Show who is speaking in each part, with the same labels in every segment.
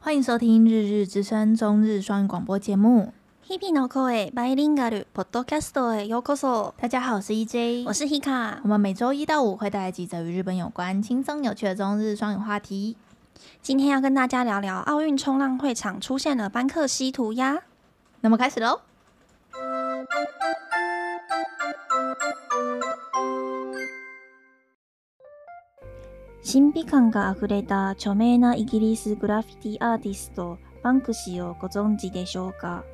Speaker 1: 欢迎收听《日日之声》中日双语广播节目。
Speaker 2: 日々の声バイリンガルポッドキャストへようこそ。
Speaker 1: 大家好，我是 E EJ，
Speaker 2: 我是 Hika
Speaker 1: 我。们每周一到五会带来几则与日本有关、轻松有趣的中日双语话题。
Speaker 2: 今天要跟大家聊聊奥运冲浪会场出现了班克西涂鸦。
Speaker 1: 那么开始喽！
Speaker 2: 神秘感があふれた著名なイギリスグラフィティアーティストバンクシーをご存知でしょうか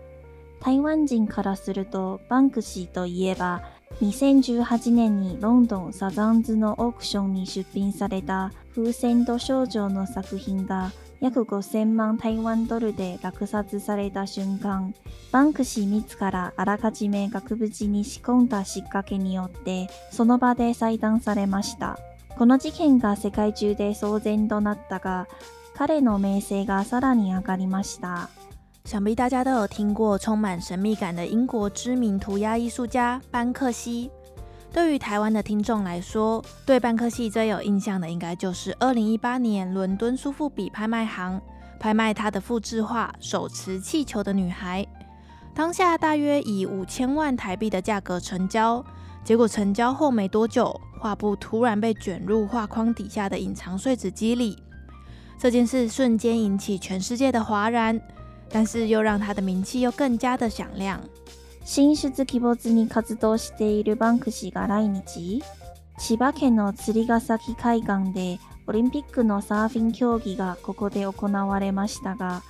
Speaker 2: 台湾人からするとバンクシーといえば2018年にロンドンサザンズのオークションに出品された風船と少女の作品が約5000万台湾ドルで落札された瞬間バンクシー自らあらかじめ額縁に仕込んだ仕掛けによってその場で裁断されましたこの事件が世界中で騒然となったが、彼の名声がさらに上がりました。
Speaker 1: 想必大家都有听过充满神秘感的英国知名涂鸦艺术家班克西。对于台湾的听众来说，对班克西最有印象的应该就是2018年伦敦苏富比拍卖行拍卖他的复制画《手持气球的女孩》，当下大约以五千万台币的价格成交。结果成交后没多久，画布突然被卷入画框底下的隐藏碎纸机里。这件事瞬间引起全世界的哗然，但是又让他的名气又更加的响亮。
Speaker 2: 進出鬼没に活動しているバンクシーが来日千葉県の釣ヶ崎海岸でオリンピックのサーフィン競技がここで行われましたが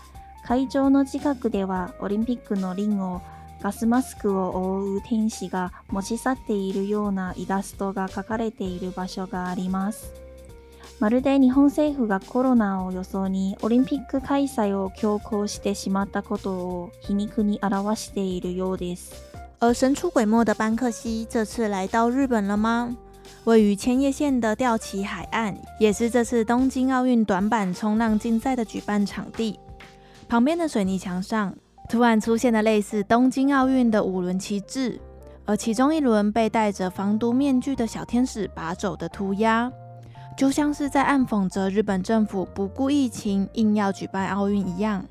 Speaker 2: 会場の近くではオリンピックのリンをガスマスクを覆う天使が持ち去っているようなイラストが描かれている場所がありますまるで日本政府がコロナを予想にオリンピック開催を強行してしまったことを皮肉に表しているようです
Speaker 1: 而神出鬼没的班克西这次来到日本了吗？位于千叶县的吊旗海岸，也是这次东京奥运短板冲浪竞赛的举办场地。旁边的水泥墙上突然出现了类似东京奥运的五轮旗帜，而其中一轮被戴着防毒面具的小天使把走的涂鸦，就像是在暗讽着日本政府不顾疫情硬要举办奥运一样。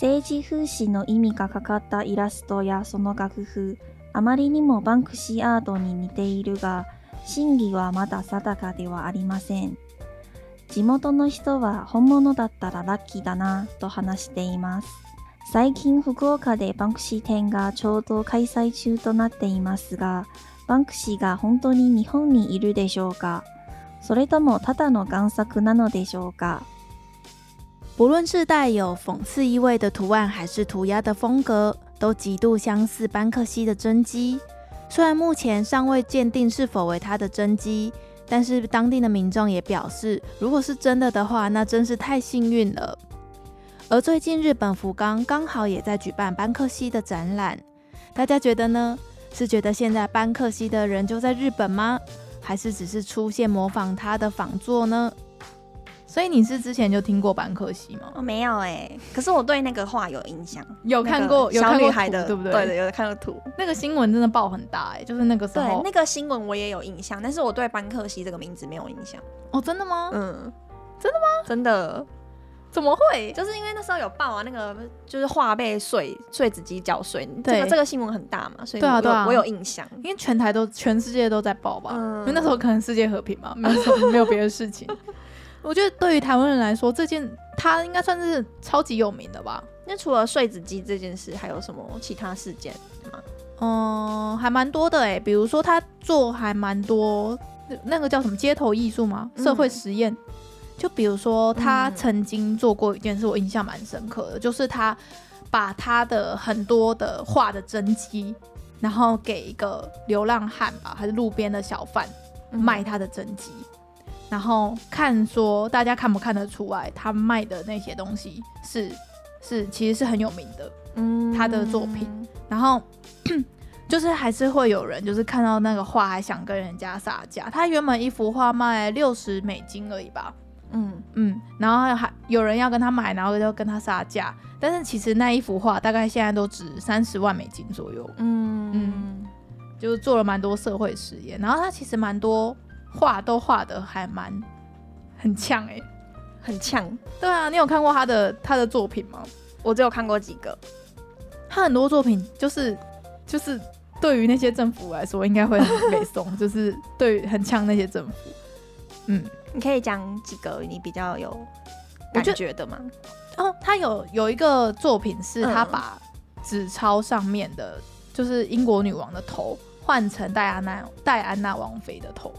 Speaker 2: 政治風刺の意味がかかったイラストやその楽譜あまりにもバンクシーアートに似ているが真偽はまだ定かではありません地元の人は本物だったらラッキーだなと話しています最近福岡でバンクシー展がちょうど開催中となっていますがバンクシーが本当に日本にいるでしょうかそれともただの贋作なのでしょうか
Speaker 1: 不论是带有讽刺意味的图案，还是涂鸦的风格，都极度相似班克西的真迹。虽然目前尚未鉴定是否为他的真迹，但是当地的民众也表示，如果是真的的话，那真是太幸运了。而最近日本福冈刚好也在举办班克西的展览，大家觉得呢？是觉得现在班克西的人就在日本吗？还是只是出现模仿他的仿作呢？所以你是之前就听过班克西吗？
Speaker 3: 哦，没有哎、可是我对那个画有印象，
Speaker 1: 有
Speaker 3: 那
Speaker 1: 看
Speaker 3: 个
Speaker 1: 过，有
Speaker 3: 小
Speaker 1: 看
Speaker 3: 女
Speaker 1: 过
Speaker 3: 孩
Speaker 1: 图
Speaker 3: 的，
Speaker 1: 对不对？
Speaker 3: 对的，有看过图。
Speaker 1: 那个新闻真的爆很大哎、就是那个时
Speaker 3: 对
Speaker 1: 候，，
Speaker 3: 那个新闻我也有印象，但是我对班克西这个名字没有印象。
Speaker 1: 哦，真的吗？
Speaker 3: 嗯，
Speaker 1: 真
Speaker 3: 的吗？真的，
Speaker 1: 怎么会？
Speaker 3: 就是因为那时候有报啊，那个就是画被碎碎纸机绞碎，这
Speaker 1: 对
Speaker 3: 个这个新闻很大嘛，所以
Speaker 1: 对啊
Speaker 3: 我
Speaker 1: 对啊
Speaker 3: 有我有印象。
Speaker 1: 因为全台都全世界都在报吧，
Speaker 3: 嗯
Speaker 1: 因为那时候可能世界和平嘛，没有什么没有别的 事情。我觉得对于台湾人来说，这件他应该算是超级有名的吧。
Speaker 3: 那除了碎纸机这件事，还有什么其他事件吗？
Speaker 1: 嗯，还蛮多的哎、比如说他做还蛮多，那个叫什么街头艺术吗？社会
Speaker 3: 嗯
Speaker 1: 实验。就比如说他
Speaker 3: 嗯
Speaker 1: 曾经做过一件事，我印象蛮深刻的，就是他把他的很多的画的真迹，然后给一个流浪汉吧，还是路边的小贩
Speaker 2: 嗯
Speaker 1: 卖他的真迹。然后看说大家看不看得出来，他卖的那些东西是是其实是很有名的，
Speaker 3: 嗯
Speaker 1: 他的作品，然后 就是还是会有人就是看到那个画还想跟人家撒价，他原本一幅画卖六十美金而已吧，
Speaker 3: 嗯，
Speaker 1: 嗯，然后还有人要跟他买，然后就跟他撒价，但是其实那一幅画大概现在都值三十万美金左右，
Speaker 3: 嗯
Speaker 1: 嗯就是做了蛮多社会实验，然后他其实蛮多画都画的还蛮很呛哎、
Speaker 2: 很呛。
Speaker 1: 对啊，你有看过他的他的作品吗？
Speaker 2: 我只有看过几个，
Speaker 1: 他很多作品就是就是对于那些政府来说，应该会很北 宋，就是对于很呛那些政府。嗯，
Speaker 2: 你可以讲几个你比较有
Speaker 1: 我
Speaker 2: 感
Speaker 1: 觉
Speaker 2: 觉的吗？
Speaker 1: 哦，他有有一个作品是
Speaker 2: 嗯
Speaker 1: 他把纸钞上面的，就是英国女王的头换成戴安娜戴安娜王妃的头，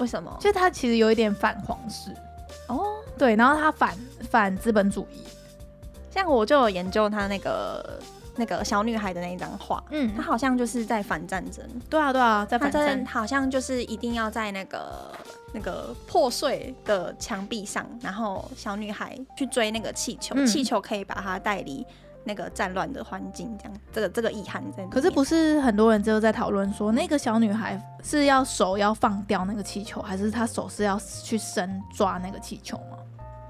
Speaker 2: 为什么？
Speaker 1: 就他其实有一点反皇室，
Speaker 2: 哦，
Speaker 1: 对，然后他反反资本主义，
Speaker 2: 像我就有研究他那个那个小女孩的那一张画，
Speaker 1: 嗯
Speaker 2: 她好像就是在反战争，
Speaker 1: 对啊对啊，在
Speaker 2: 她
Speaker 1: 反
Speaker 2: 在
Speaker 1: 战，
Speaker 2: 好像就是一定要在那个那个破碎的墙壁上，然后小女孩去追那个气球，
Speaker 1: 嗯
Speaker 2: 气球可以把她带离那个战乱的环境，这样这个这个意涵在里面。
Speaker 1: 可是不是很多人就在讨论说，那个小女孩是要手要放掉那个气球，还是她手是要去伸抓那个气球吗？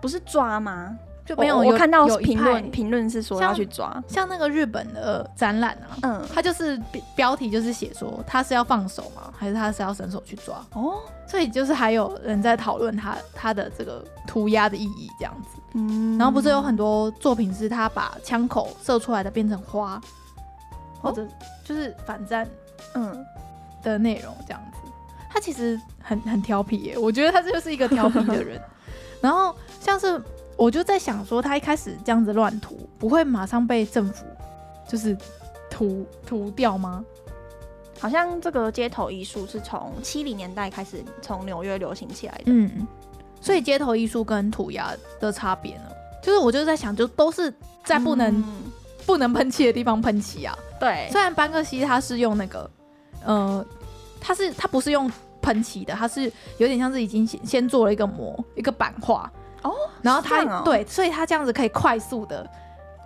Speaker 2: 不是抓吗？
Speaker 1: 就没有
Speaker 2: 我
Speaker 1: 有
Speaker 2: 我看到
Speaker 1: 有一
Speaker 2: 评
Speaker 1: 派
Speaker 2: 论评论是说
Speaker 1: 像
Speaker 2: 要去抓，
Speaker 1: 像那个日本的展览啊，
Speaker 2: 嗯，
Speaker 1: 它就是标标题就是写说她是要放手吗？还是她是要伸手去抓？
Speaker 2: 哦，
Speaker 1: 所以就是还有人在讨论她她的这个涂鸦的意义这样子。
Speaker 2: 嗯
Speaker 1: 然后不是有很多作品是她把枪口射出来的变成花，或
Speaker 2: 哦
Speaker 1: 者就是反战
Speaker 2: 嗯，
Speaker 1: 的内容这样子。他其实很很调皮耶，我觉得他这就是一个调皮的人。然后像是我就在想说，他一开始这样子乱涂，不会马上被政府就是涂涂掉吗？
Speaker 2: 好像这个街头艺术是从七零年代开始从纽约流行起来的。
Speaker 1: 嗯，所以街头艺术跟涂鸦的差别呢，就是我就在想，就都是在不能、
Speaker 2: 嗯
Speaker 1: 不能喷漆的地方喷漆啊。
Speaker 2: 对，
Speaker 1: 虽然班克西他是用那个，呃，他是他不是用喷漆的，他是有点像是已经先先做了一个模一个版画
Speaker 2: 哦，
Speaker 1: 然后他
Speaker 2: 是这样哦
Speaker 1: 对，所以他这样子可以快速的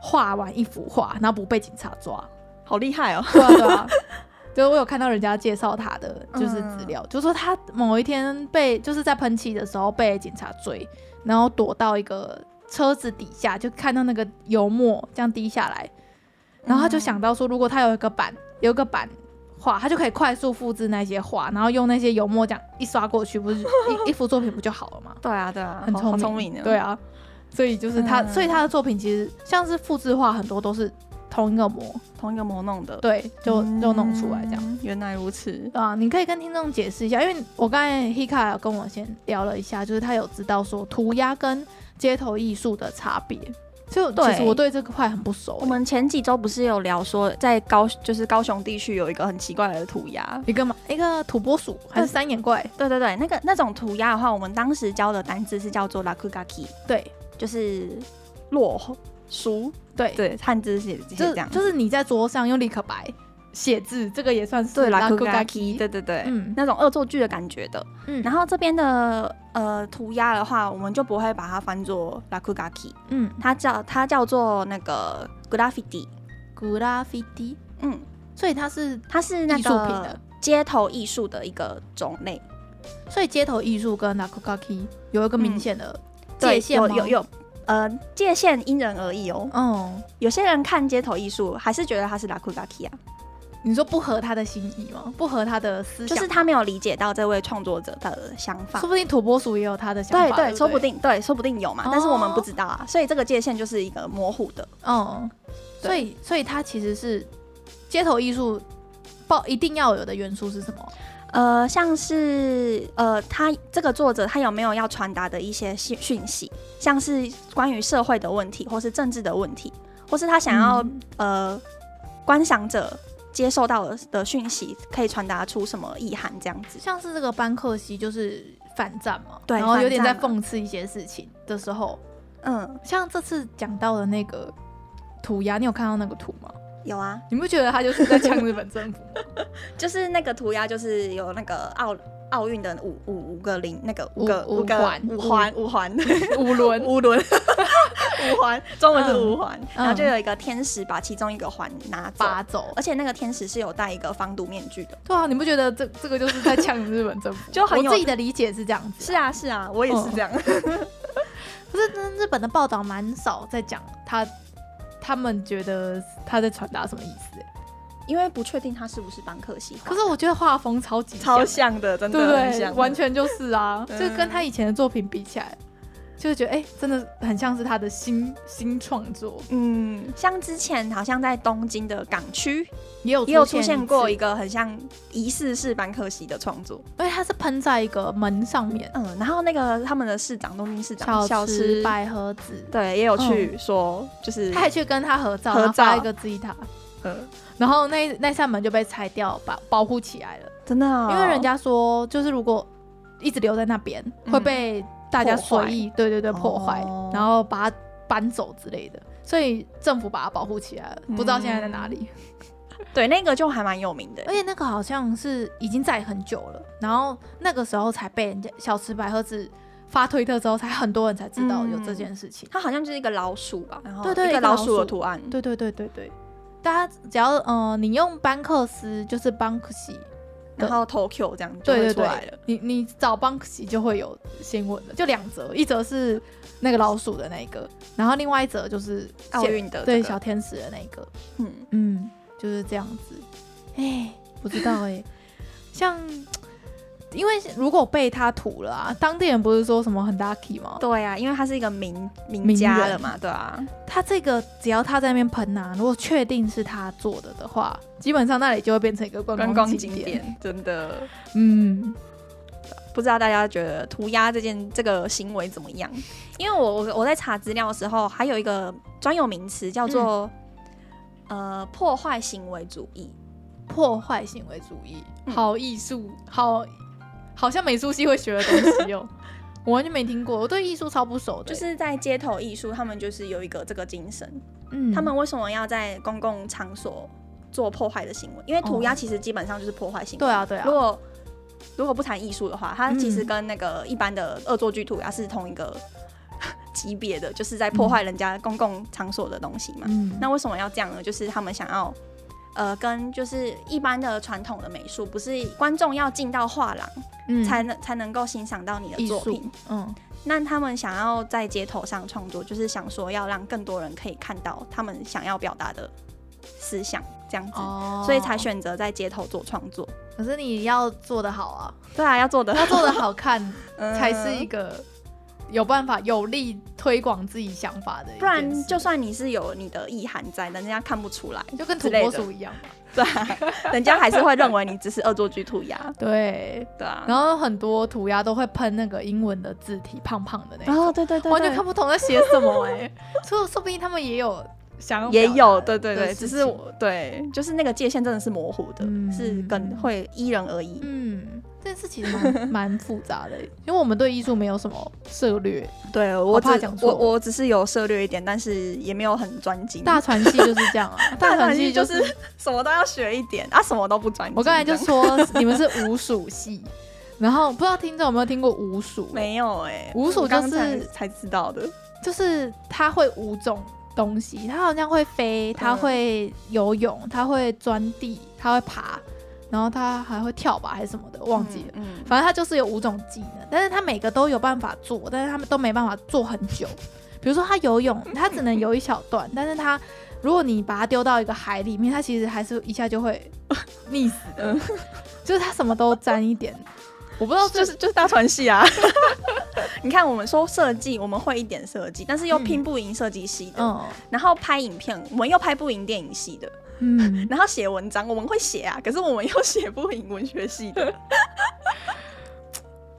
Speaker 1: 画完一幅画，然后不被警察 抓。
Speaker 2: 好厉害哦！
Speaker 1: 对啊对啊，就是我有看到人家介绍他的就是资
Speaker 2: 嗯
Speaker 1: 料，就说他某一天被就是在喷漆的时候被警察追，然后躲到一个车子底下，就看到那个油墨这样滴下来，然后他就想到说，如果他有一个板，有一个板。画，他就可以快速复制那些画，然后用那些油墨这样一刷过去，不 是一一幅作品不就好了吗？
Speaker 2: 对啊，对啊，
Speaker 1: 很
Speaker 2: 好
Speaker 1: 聪
Speaker 2: 好
Speaker 1: 明，
Speaker 2: 聪明的。
Speaker 1: 对，啊，所以就是他，
Speaker 2: 嗯
Speaker 1: 所以他的作品其实像是复制画，很多都是同一个模，
Speaker 2: 同一个模弄的，
Speaker 1: 对，就
Speaker 2: 嗯，
Speaker 1: 就弄出来这样。
Speaker 2: 原来如此。
Speaker 1: 对啊，你可以跟听众解释一下，因为我刚才 Hika 有跟我先聊了一下，就是他有知道说涂鸦跟街头艺术的差别，所以其
Speaker 2: 对
Speaker 1: 实我对这块很不熟、
Speaker 2: 我们前几周不是有聊说，在高就是高雄地区有一个很奇怪的涂鸦。
Speaker 1: 一个嘛，一个土拨鼠还是三眼怪？
Speaker 2: 对对对，那个那种涂鸦的话，我们当时教的单字是叫做 lakugaki，
Speaker 1: 对
Speaker 2: 就是落书。
Speaker 1: 对，
Speaker 2: 对，汉字是是
Speaker 1: 就
Speaker 2: 这样，
Speaker 1: 就是你在桌上用立可白写字，这个也算是
Speaker 2: 对
Speaker 1: Lakugaki
Speaker 2: lakugaki，对对对，
Speaker 1: 嗯
Speaker 2: 那种恶作剧的感觉的。
Speaker 1: 嗯，
Speaker 2: 然
Speaker 1: 后
Speaker 2: 后这边的呃涂鸦的话，我们就不会把它翻作 lakugaki，
Speaker 1: 嗯
Speaker 2: 它叫它叫做那个 graffiti，
Speaker 1: ，graffiti，
Speaker 2: 嗯，
Speaker 1: 所以它是
Speaker 2: 它是那
Speaker 1: 艺术品的
Speaker 2: 个街头艺术的一个种类，
Speaker 1: 所以街头艺术跟 Lakugaki 有一个明
Speaker 2: 嗯
Speaker 1: 显的
Speaker 2: 对
Speaker 1: 界限吗？
Speaker 2: 有有有。呃，界限因人而异哦。
Speaker 1: 哦，
Speaker 2: 有些人看街头艺术，还是觉得它是 lakugaki 啊，
Speaker 1: 你说不合他的心意吗？不合他的思
Speaker 2: 就
Speaker 1: 想吗，
Speaker 2: 是他没有理解到这位创作者的想法。
Speaker 1: 说不定土拨鼠也有他的想法，
Speaker 2: 对
Speaker 1: 对
Speaker 2: 对，
Speaker 1: 对，
Speaker 2: 说不。定对，说不定有嘛，但是我们
Speaker 1: 哦
Speaker 2: 不知道啊，所以这个界限就是一个模糊的。
Speaker 1: 嗯，
Speaker 2: 对
Speaker 1: 所以所以它其实是街头艺术报一定要有的元素是什么？
Speaker 2: 呃，像是呃，他这个作者他有没有要传达的一些讯讯息，像是关于社会的问题，或是政治的问题，或是他想要、
Speaker 1: 嗯
Speaker 2: 呃观赏者接受到的的讯息，可以传达出什么意涵这样子。
Speaker 1: 像是这个班克西就是反战嘛，
Speaker 2: 对
Speaker 1: 然后有点在
Speaker 2: 反战
Speaker 1: 讽刺一些事情的时候，
Speaker 2: 嗯，
Speaker 1: 像这次讲到的那个涂鸦，你有看到那个图吗？
Speaker 2: 有啊，
Speaker 1: 你不觉得他就是在呛日本政府吗？
Speaker 2: 就是那个涂鸦，就是有那个奥奥运的五五五个零，那个五个
Speaker 1: 五
Speaker 2: 个
Speaker 1: 五环
Speaker 2: 五环五环
Speaker 1: 五轮
Speaker 2: 五轮五环，中文是
Speaker 1: 嗯
Speaker 2: 五环，然后就
Speaker 1: 嗯
Speaker 2: 有一个天使把其中一个环拿走。
Speaker 1: 拔走？
Speaker 2: 而且那个天使是有戴一个防毒面具的。
Speaker 1: 对啊，你不觉得这这个就是在呛日本政府吗？
Speaker 2: 就很
Speaker 1: 我
Speaker 2: 有
Speaker 1: 自己的理解是这样子啊、
Speaker 2: 是啊，是啊，我也是这样。
Speaker 1: 可是真的日本的报道蛮少在讲他，他们觉得他在传达什么意思欸。
Speaker 2: 因为不确定他是不是班克西画，
Speaker 1: 可是我觉得画风超级
Speaker 2: 超
Speaker 1: 的
Speaker 2: 像的，真
Speaker 1: 对不
Speaker 2: 的很
Speaker 1: 对？
Speaker 2: 像，
Speaker 1: 完全就是啊，
Speaker 2: 嗯
Speaker 1: 就跟他以前的作品比起来，就觉得哎、真的很像是他的新新创作，
Speaker 2: 嗯，像之前好像在东京的港区
Speaker 1: 也有
Speaker 2: 也有出现过
Speaker 1: 一
Speaker 2: 一个很像疑似是班克西的创作，
Speaker 1: 因为它是喷在一个门上面，
Speaker 2: 嗯，然后那个他们的市长东京市长
Speaker 1: 小
Speaker 2: 小
Speaker 1: 吃
Speaker 2: 吃
Speaker 1: 百合子，
Speaker 2: 对也有去说，就是
Speaker 1: 他还去跟他合照，
Speaker 2: 合
Speaker 1: 然后发
Speaker 2: 照
Speaker 1: 一个自己塔，
Speaker 2: 嗯，
Speaker 1: 然后那那扇门就被拆掉，把保护起来了，
Speaker 2: 真的哦，
Speaker 1: 因为人家说就是如果一直留在那边、
Speaker 2: 嗯
Speaker 1: 会被大家
Speaker 2: 破坏
Speaker 1: 随意对对对破坏，
Speaker 2: 哦
Speaker 1: 然后把它搬走之类的，所以政府把它保护起来了，不知道现在在哪里。
Speaker 2: 嗯对那个就还蛮有名的
Speaker 1: 而，且那个好像是已经在很久了，然后那个时候才被人家小池百合子发推特之后，才很多人才知道有
Speaker 2: 嗯
Speaker 1: 这件事情。
Speaker 2: 它好像就是一个老鼠吧，然后
Speaker 1: 对对
Speaker 2: 一
Speaker 1: 一个
Speaker 2: 个
Speaker 1: 老
Speaker 2: 老
Speaker 1: 鼠
Speaker 2: 鼠的图案，
Speaker 1: 对对对对对，大家只要呃，你用班克斯就是邦克西，
Speaker 2: 然后 Tokyo 这样就
Speaker 1: 对
Speaker 2: 会
Speaker 1: 对
Speaker 2: 出
Speaker 1: 对
Speaker 2: 来了。，
Speaker 1: 你你找邦克西就会有新闻了，就两则，一则是那个老鼠的那一个，然后另外一则就是
Speaker 2: 奥运的
Speaker 1: 对
Speaker 2: 这个
Speaker 1: 小天使的那一个，
Speaker 2: 嗯，
Speaker 1: 嗯，就是这样子。哎，不知道哎、像因为如果被他吐了啊，当地人不是说什么很 lucky 吗？
Speaker 2: 对啊，因为他是一个名名
Speaker 1: 名
Speaker 2: 家
Speaker 1: 人
Speaker 2: 了嘛，对啊，
Speaker 1: 他这个只要他在那边喷呐、啊，如果确定是他做的的话，基本上那里就会变成一个观
Speaker 2: 观光
Speaker 1: 景
Speaker 2: 景点真的
Speaker 1: 嗯，
Speaker 2: 不知道大家觉得涂鸦这件这个行为怎么样？因为我我我在查资料的时候，还有一个专有名词叫做、呃破坏行为主义。
Speaker 1: 破坏行为主义，
Speaker 2: 嗯
Speaker 1: 好艺术，好好像美术系会学的东 西哦。我完全没听过，我对艺术超不熟的欸、
Speaker 2: 就是在街头艺术，他们就是有一个这个精神。
Speaker 1: 嗯
Speaker 2: 他们为什么要在公共场所做破坏的行为？因为涂鸦
Speaker 1: 哦
Speaker 2: 其实基本上就是破坏行为。
Speaker 1: 对啊对啊
Speaker 2: 如果如果不谈艺术的话，它其实
Speaker 1: 嗯
Speaker 2: 跟那个一般的恶作剧涂鸦是同一个 级别的，就是在破坏人家公共场所的东西嘛。
Speaker 1: 嗯
Speaker 2: 那为什么要这样呢？就是他们想要。呃，跟就是一般的传统的美术，不是观众要进到画廊、
Speaker 1: 嗯
Speaker 2: 才能才能够欣赏到你的
Speaker 1: 艺
Speaker 2: 作品
Speaker 1: 术，，嗯
Speaker 2: 那他们想要在街头上创作，就是想说要让更多人可以看到他们想要表达的思想，这样子，
Speaker 1: 哦
Speaker 2: 所以才选择在街头做创作。
Speaker 1: 可是你要做得好啊，
Speaker 2: 对啊，要做的
Speaker 1: 要做得好看
Speaker 2: 嗯
Speaker 1: 才是一
Speaker 2: 个，
Speaker 1: 个有办法有力推广自己想法的一件事，
Speaker 2: 嗯不然就算你是有你的意涵在，人家看不出来，
Speaker 1: 就跟土
Speaker 2: 之类
Speaker 1: 拨
Speaker 2: 的
Speaker 1: 鼠一样嘛。
Speaker 2: 对、啊， 人家还是会认为你只是恶作剧涂鸦，
Speaker 1: 对，
Speaker 2: 对啊。
Speaker 1: 然后很多涂鸦都会喷那个英文的字体，胖胖的那
Speaker 2: 然
Speaker 1: 种，
Speaker 2: 后、对哦对对
Speaker 1: 完全
Speaker 2: 对
Speaker 1: 看不懂在写什么哎、所以 说不定他们也有想要
Speaker 2: 也
Speaker 1: 表达
Speaker 2: 有，对对
Speaker 1: 的
Speaker 2: 对，
Speaker 1: 事
Speaker 2: 只是
Speaker 1: 情
Speaker 2: 我对，就是那个界限真的是模糊的，
Speaker 1: 嗯
Speaker 2: 是跟会依人而异。
Speaker 1: 嗯，这件事其实蛮 蛮复杂的欸、因为我们对艺术没有什么涉 略，
Speaker 2: 对我
Speaker 1: 怕
Speaker 2: 只
Speaker 1: 讲错
Speaker 2: 我我只是有涉略一点，但是也没有很专精。
Speaker 1: 大传系就是这样啊，
Speaker 2: 大
Speaker 1: 传
Speaker 2: 传
Speaker 1: 系
Speaker 2: 系就是是 什么都要学一点啊，什么都不专精。
Speaker 1: 我刚才就
Speaker 2: 这样
Speaker 1: 说 你们是五鼠系，然后不知道听众有没有听过五鼠？，
Speaker 2: 没有哎、
Speaker 1: 五鼠
Speaker 2: 我刚才
Speaker 1: 就是
Speaker 2: 才知道的。
Speaker 1: 就是它会五种东西，它好像会飞，它会游泳，它会钻地，它会爬，然后它还会跳吧还是什么的，忘记了。
Speaker 2: 嗯，
Speaker 1: 反正它就是有五种技能，但是它每个都有办法做，但是他们都没办法做很久。比如说它游 泳，它只能游一小段，但是它如果你把它丢到一个海里面，它其实还是一下就会 溺死的
Speaker 2: 嗯，
Speaker 1: 就是它什么都沾一点。我不知道这
Speaker 2: 就是是就是大传 系啊。你看，我们说设计，我们会一点设计，但是又拼不赢设计系的。
Speaker 1: 嗯
Speaker 2: 然后拍影片，我们又拍不赢电影系的。
Speaker 1: 嗯，
Speaker 2: 然后写文章，我们会写啊，可是我们又写不赢文学系 的，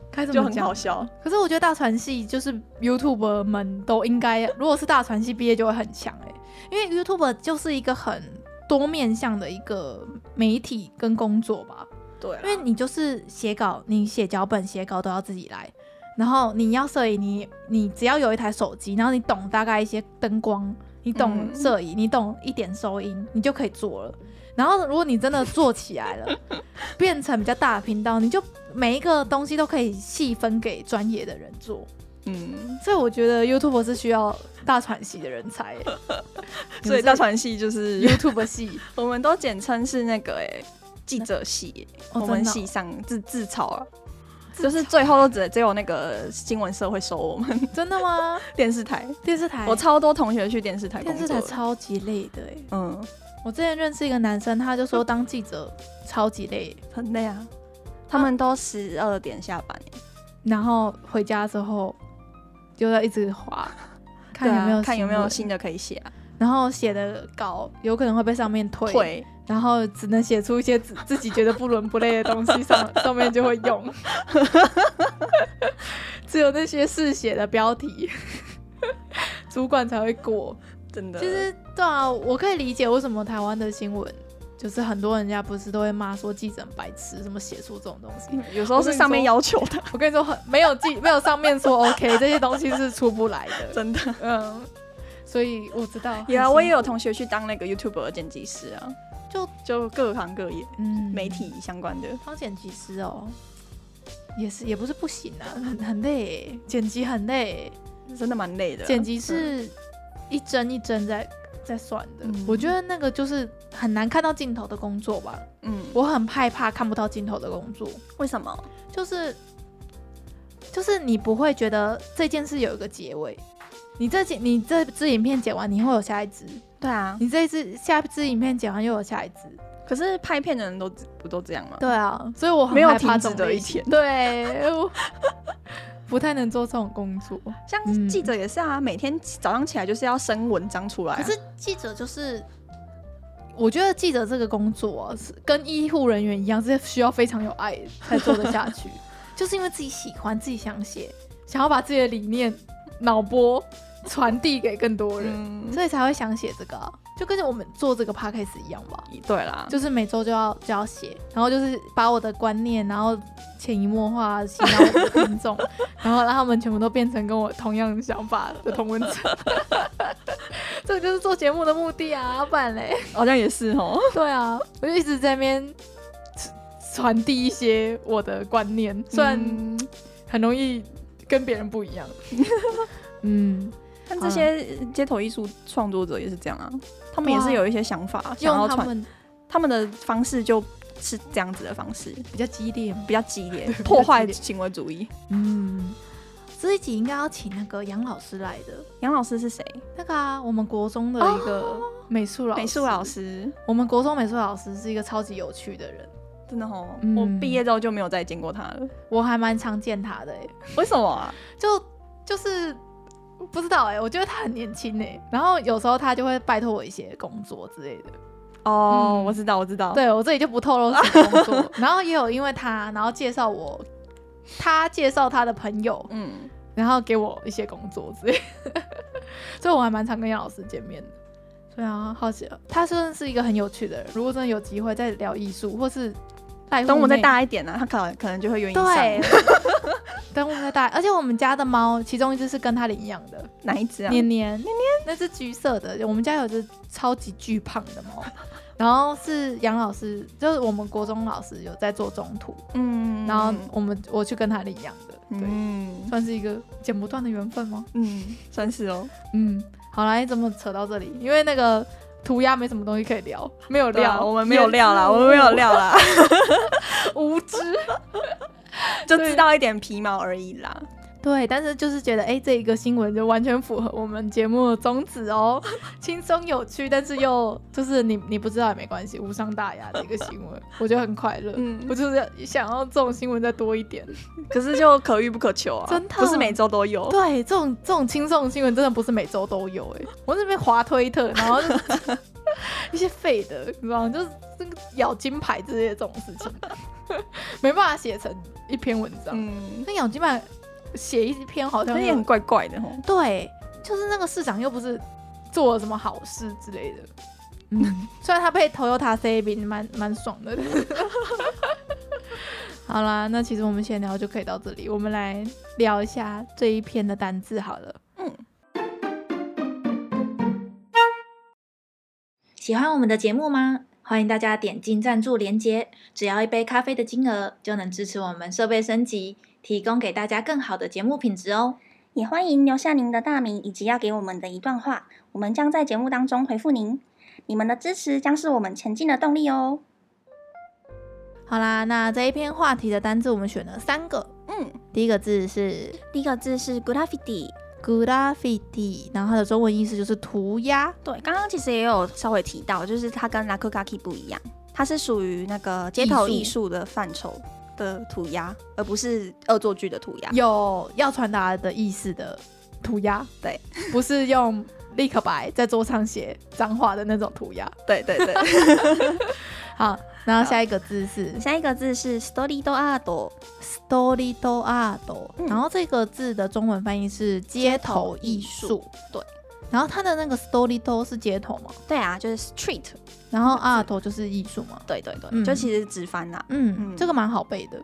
Speaker 1: 该怎
Speaker 2: 就
Speaker 1: 么
Speaker 2: 很
Speaker 1: 讲
Speaker 2: 好？笑。
Speaker 1: 可是我觉得大传系就是 YouTube 们都应该，如果是大传系毕业就会很强哎、因为 YouTube 就是一个很多面向的一个媒体跟工作吧。
Speaker 2: 对啊，
Speaker 1: 因为你就是写稿，你写脚本、写稿都要自己来，然后你要摄影，你你只要有一台手机，然后你懂大概一些灯光，你懂
Speaker 2: 嗯
Speaker 1: 摄影，你懂一点收音，你就可以做了。然后如果你真的做起来了，变成比较大的频道，你就每一个东西都可以细分给专业的人做。
Speaker 2: 嗯，
Speaker 1: 所以我觉得 YouTube 是需要大喘息的人才欸，你
Speaker 2: 所以
Speaker 1: 们
Speaker 2: 大传系就是
Speaker 1: 是 YouTube 系，
Speaker 2: 我们都简称是那个哎、记者系欸、
Speaker 1: 哦
Speaker 2: 我们
Speaker 1: 真的哦
Speaker 2: 系上自自嘲啊，就是最后都只只有那个新闻社会收我们
Speaker 1: 哦真的吗？
Speaker 2: 电视台，
Speaker 1: 电视台，
Speaker 2: 我超多同学去电视台工
Speaker 1: 哎电
Speaker 2: 作
Speaker 1: 视
Speaker 2: 的，
Speaker 1: 台超级累的哎。
Speaker 2: 嗯
Speaker 1: 我之前认识一个男生，他就说当记者超级累，
Speaker 2: 很累啊，他们都十二点下班欸、
Speaker 1: 然后回家之后就在一直 划，看有没
Speaker 2: 对
Speaker 1: 有、
Speaker 2: 啊看有没有新，的可以写、啊，
Speaker 1: 然后写的稿有可能会被上面退，
Speaker 2: 会
Speaker 1: 然后只能写出一些自自己觉得不伦不类的东西上 上面就会用，只有那些嗜血的标题， 主管才会过。
Speaker 2: 真的。
Speaker 1: 其实对啊，我可以理解为什么台湾的新闻。就是很多人家不是都会骂说记者白痴，怎么写出这种东 西？
Speaker 2: 有时候是上面要求的，
Speaker 1: 我跟你说，很没有记，没有上面说 OK，这些东西是出不来 的。
Speaker 2: 真的。
Speaker 1: 嗯，所以我知道。
Speaker 2: 有
Speaker 1: 很辛
Speaker 2: 啊，
Speaker 1: 苦
Speaker 2: 我也有，同学去当那个 YouTube 的剪辑师啊，
Speaker 1: 就
Speaker 2: 就各行各业、
Speaker 1: 嗯
Speaker 2: 媒体相关的。
Speaker 1: 当剪辑师哦，也是也不是不行啊，很很累耶，剪辑很累耶，
Speaker 2: 真的蛮累的。
Speaker 1: 剪辑是一帧一帧在在算的。
Speaker 2: 啊嗯
Speaker 1: 我觉得那个就是很难看到尽头的工作吧，
Speaker 2: 嗯，
Speaker 1: 我很害怕看不到尽头的工作，
Speaker 2: 为什么？
Speaker 1: 就是就是你不会觉得这件事有一个结尾。你这集你这支影片剪完，你会有下一支；
Speaker 2: 对啊，
Speaker 1: 你这一支下一支影片剪完又有下一支，
Speaker 2: 可是拍片的人都不都这样吗？
Speaker 1: 对啊，所以我很
Speaker 2: 没有
Speaker 1: 害怕
Speaker 2: 停
Speaker 1: 这
Speaker 2: 止
Speaker 1: 种
Speaker 2: 的
Speaker 1: 类
Speaker 2: 一
Speaker 1: 型
Speaker 2: 天
Speaker 1: 对，我 不太能做这种工作。嗯
Speaker 2: 像记者也是啊，每天早上起来就是要生文章出来啊、
Speaker 1: 可是记者就是，我觉得记者这个工作、啊、是跟医护人员一样，是需要非常有爱才做得下 去，就是因为自己喜欢，自己想写，想要把自己的理念脑波传递给更多人，
Speaker 2: 嗯，
Speaker 1: 所以才会想写这个啊、就跟我们做这个 podcast 一样吧。
Speaker 2: 对啦，
Speaker 1: 就是每周就要就要写，然后就是把我的观念，然后潜移默化洗脑我的 听众，然后让他们全部都变成跟我同样想法的同温层。 这个就是做节目的目的啊，不然嘞？
Speaker 2: 好像也是哦。
Speaker 1: 对啊，我就一直在那边传传递一些我的观念，虽然
Speaker 2: 嗯
Speaker 1: 很容易跟别人不 一样。嗯，
Speaker 2: 但这些街头艺术创作者也是这样啊，他们也
Speaker 1: 对
Speaker 2: 是
Speaker 1: 啊
Speaker 2: 有一些想法想
Speaker 1: 用
Speaker 2: 要
Speaker 1: 他
Speaker 2: 传，
Speaker 1: 们
Speaker 2: 他们的方式就是这样子的方式，
Speaker 1: 比较激烈嘛。嗯
Speaker 2: 比较激 烈，
Speaker 1: 较
Speaker 2: 破
Speaker 1: 激
Speaker 2: 坏
Speaker 1: 烈
Speaker 2: 行为主义。
Speaker 1: 嗯，这一集应该要请那个杨老师来的。
Speaker 2: 杨老师是谁？
Speaker 1: 那个啊，我们国中的一个美术老师，
Speaker 2: 哦美术老，师，
Speaker 1: 我们国中美术老师是一个超级有趣的人，
Speaker 2: 真的哦，
Speaker 1: 嗯
Speaker 2: 我毕业之后就没有再见过他了。
Speaker 1: 我还蛮常见他的、欸，
Speaker 2: 为什么 啊？
Speaker 1: 就就是不知道哎、我觉得他很年轻哎、然后有时候他就会拜托我一些工作之类的，
Speaker 2: 哦，
Speaker 1: 嗯
Speaker 2: 我知道，我知道。，
Speaker 1: 对我这里就不透露是什么工 作，然后也有因为他，然后介绍我，他介绍他的朋友，
Speaker 2: 嗯，
Speaker 1: 然后给我一些工作之类 的，所以我还蛮常跟杨老师见面的。对啊，好奇，他真的是一个很有趣的人。如果真的有机会再聊艺术，或是带户
Speaker 2: 等我再
Speaker 1: 内
Speaker 2: 大一点呢、啊他可能可能就会愿意上。
Speaker 1: 对， 等我们再大，而且我们家的猫其中一只是跟他领养的，
Speaker 2: 哪一只啊？
Speaker 1: 年年年年那只橘色的，我们家有只超级巨胖的 猫，然后是杨老师，就是我们国中老师有在做中途，
Speaker 2: 嗯，
Speaker 1: 然后我们我去跟他领养的，对，
Speaker 2: 嗯
Speaker 1: 算是一个剪不断的缘分吗？
Speaker 2: 嗯，算是哦。
Speaker 1: 嗯，好啦，你怎么扯到这里？因为那个涂鸦没什么东西可以聊，没有
Speaker 2: 对
Speaker 1: 料，
Speaker 2: 啊，我们没有料啦，我们没有，料 啦，
Speaker 1: 无知。
Speaker 2: 就知道一点皮毛而已啦。
Speaker 1: 对，但是就是觉得，哎，这一个新闻就完全符合我们节目的宗旨哦， 轻松有趣，但是又就是你你不知道也没关系，无伤大雅的一个新闻，我觉得很快乐。
Speaker 2: 嗯
Speaker 1: 我就是想要这种新闻再多一点。
Speaker 2: 可是就可遇不可求啊，
Speaker 1: 真的
Speaker 2: 不是每周都有。
Speaker 1: 对，这种这种轻松的新闻真的不是每周都有哎、我这边滑推特，然后就是 一些废的，你知道吗？就是这个咬金牌之类的这种事情，没办法写成一篇文
Speaker 4: 啊
Speaker 1: 章。
Speaker 2: 嗯，
Speaker 1: 那咬金牌写一篇好像
Speaker 2: 那
Speaker 1: 又
Speaker 2: 也很怪怪的哦。
Speaker 1: 对，就是那个市长又不是做了什么好事之类的。嗯， 虽然他被 Toyota C 饼蛮蛮爽的。 好啦，那其实我们闲聊就可以到这里，我们来聊一下这一篇的单字好了。
Speaker 5: 喜欢我们的节目吗？欢迎大家点进赞助连结，只要一杯咖啡的金额，就能支持我们设备升级，提供给大家更好的节目品质哦。
Speaker 4: 也欢迎留下您的大名以及要给我们的一段话，我们将在节目当中回复您。你们的支持将是我们前进的动力哦。
Speaker 1: 好啦，那这一篇话题的单字我们选了三个，
Speaker 2: 嗯，
Speaker 1: 第一个字是
Speaker 4: 第一个字是 graffiti，
Speaker 1: graffiti，然后它的中文意思就是涂鸦。
Speaker 2: 对，
Speaker 4: 刚刚其实也有稍微提到，就是它跟 l a k u g a k i 不一样，它是属于那个
Speaker 2: 街
Speaker 4: 街
Speaker 2: 头
Speaker 4: 头
Speaker 2: 艺
Speaker 4: 艺术的范畴
Speaker 1: 啊
Speaker 4: 的涂鸦，而不是恶作剧的涂鸦。
Speaker 1: 有要传达的意思的涂鸦，
Speaker 2: 对，
Speaker 1: 不是用立可白在桌上写脏话的那种涂鸦。
Speaker 2: 对对 对。
Speaker 1: 好，然后下一个字是
Speaker 2: 下一个字是 story do art，
Speaker 1: story do art，、
Speaker 2: 嗯
Speaker 1: 然后这个字的中文翻译是街头艺术。
Speaker 2: 对，
Speaker 1: 然后它的那个 story do 是街头嘛，
Speaker 2: 对啊，就是 street，
Speaker 1: 然后 art 就是艺术嘛。
Speaker 2: 对对对，
Speaker 1: 嗯
Speaker 2: 就其实直翻啦、
Speaker 1: 嗯，
Speaker 2: 嗯
Speaker 1: 这个蛮好背的。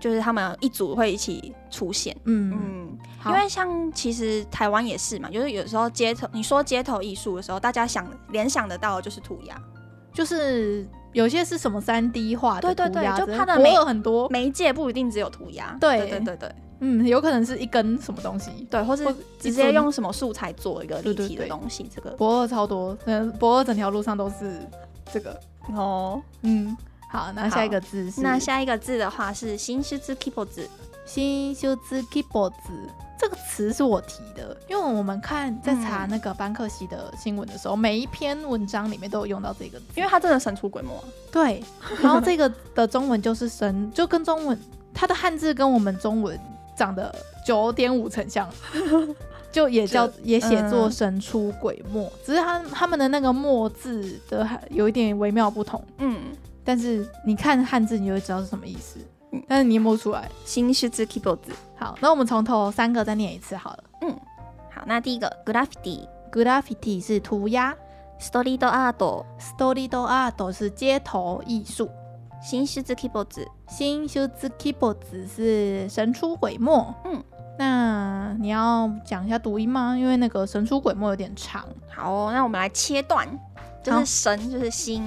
Speaker 2: 就是他们一组会一起出现。
Speaker 1: 嗯，
Speaker 2: 嗯，
Speaker 1: 好
Speaker 2: 因为像其实台湾也是嘛，就是有时候街头你说街头艺术的时候，大家想联想得到的就是涂鸦，
Speaker 1: 就是有些是什么三 D 画的
Speaker 2: 对对
Speaker 1: 涂鸦
Speaker 2: 对
Speaker 1: 之类
Speaker 2: 就它的
Speaker 1: 国
Speaker 2: 美
Speaker 1: 二很多，
Speaker 2: 媒介不一定只有涂鸦，
Speaker 1: 对
Speaker 2: 对对对对
Speaker 1: 嗯，有可能是一根什么东西。
Speaker 2: 对，或是
Speaker 1: 或
Speaker 2: 直
Speaker 1: 一
Speaker 2: 接
Speaker 1: 尊
Speaker 2: 用什么素材做一个立
Speaker 1: 对对
Speaker 2: 体的
Speaker 1: 对
Speaker 2: 东西，这个
Speaker 1: 博二超多，嗯，博二整条路上都是这个。
Speaker 2: 哦。
Speaker 1: 嗯，好，那下一个字是
Speaker 2: 那下一个字的话是新狮子 keep 字，
Speaker 1: 新修兹 keyboard 这个词是我提的，因为我们看在查
Speaker 2: 嗯
Speaker 1: 那个班克西的新闻的时候，每一篇文章里面都有用到这个字，
Speaker 2: 因为它真的神出鬼没啊，
Speaker 1: 对，然后这个的中文就是神， 就跟中文它的汉字跟我们中文长得九点五成像，就也叫也写作
Speaker 2: 嗯
Speaker 1: 神出鬼没，只是他他们的那个“没”字的还有一点微妙不同，
Speaker 2: 嗯，
Speaker 1: 但是你看汉字你就会知道是什么意思
Speaker 2: 嗯，
Speaker 1: 但是你也摸不出来。
Speaker 2: 新狮子 keep 字。
Speaker 1: 好，那我们从头三个再念一次好了。
Speaker 2: 好，那第一个 graffiti。
Speaker 1: Graffiti 是涂鸦
Speaker 2: Story do art，
Speaker 1: ，Story do art 是街头艺术，
Speaker 2: 新狮子 keep 字。
Speaker 1: 新修兹 keyboard 是神出鬼没。
Speaker 2: 嗯，
Speaker 1: 那你要讲一下读音吗？因为那个神出鬼没有点长。
Speaker 2: 好哦、那我们来切断，就
Speaker 1: 好
Speaker 2: 是神就是心，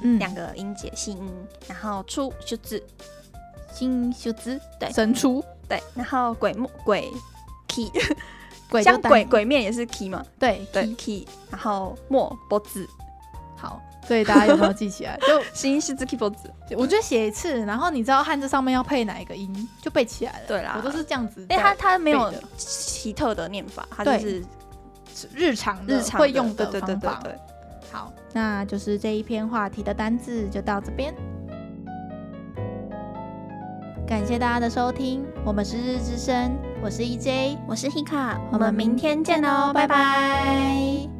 Speaker 1: 嗯，
Speaker 2: 两个音节心音，然后出就字，
Speaker 1: 新修兹
Speaker 2: 对
Speaker 1: 神出
Speaker 2: 对，然后鬼木鬼 key，
Speaker 1: 鬼就
Speaker 2: 像
Speaker 1: 单
Speaker 2: 鬼鬼面也是 key 嘛，
Speaker 1: 对
Speaker 2: 对
Speaker 1: key
Speaker 2: key，然后墨波字，
Speaker 1: 好，所以大家有没有记起 来？就
Speaker 2: 新狮子 keep 字，
Speaker 1: 我就写一次，然后你知道汉字上面要配哪一个音，就背起来了。
Speaker 2: 对啦
Speaker 1: 我都是这样子。
Speaker 2: 但它它没有
Speaker 1: 对的
Speaker 2: 奇特的念法，它
Speaker 1: 对
Speaker 2: 就是
Speaker 1: 日常的
Speaker 2: 日常
Speaker 1: 会用
Speaker 2: 的，
Speaker 1: 的
Speaker 2: 对对
Speaker 1: 方
Speaker 2: 对
Speaker 1: 法。
Speaker 2: 对
Speaker 1: 好，那就是这一篇话题的单字就到这边。感谢大家的收听，我们是日之声，我是 E EJ，
Speaker 6: 我是 Hika，
Speaker 1: 我们明天见哦，拜拜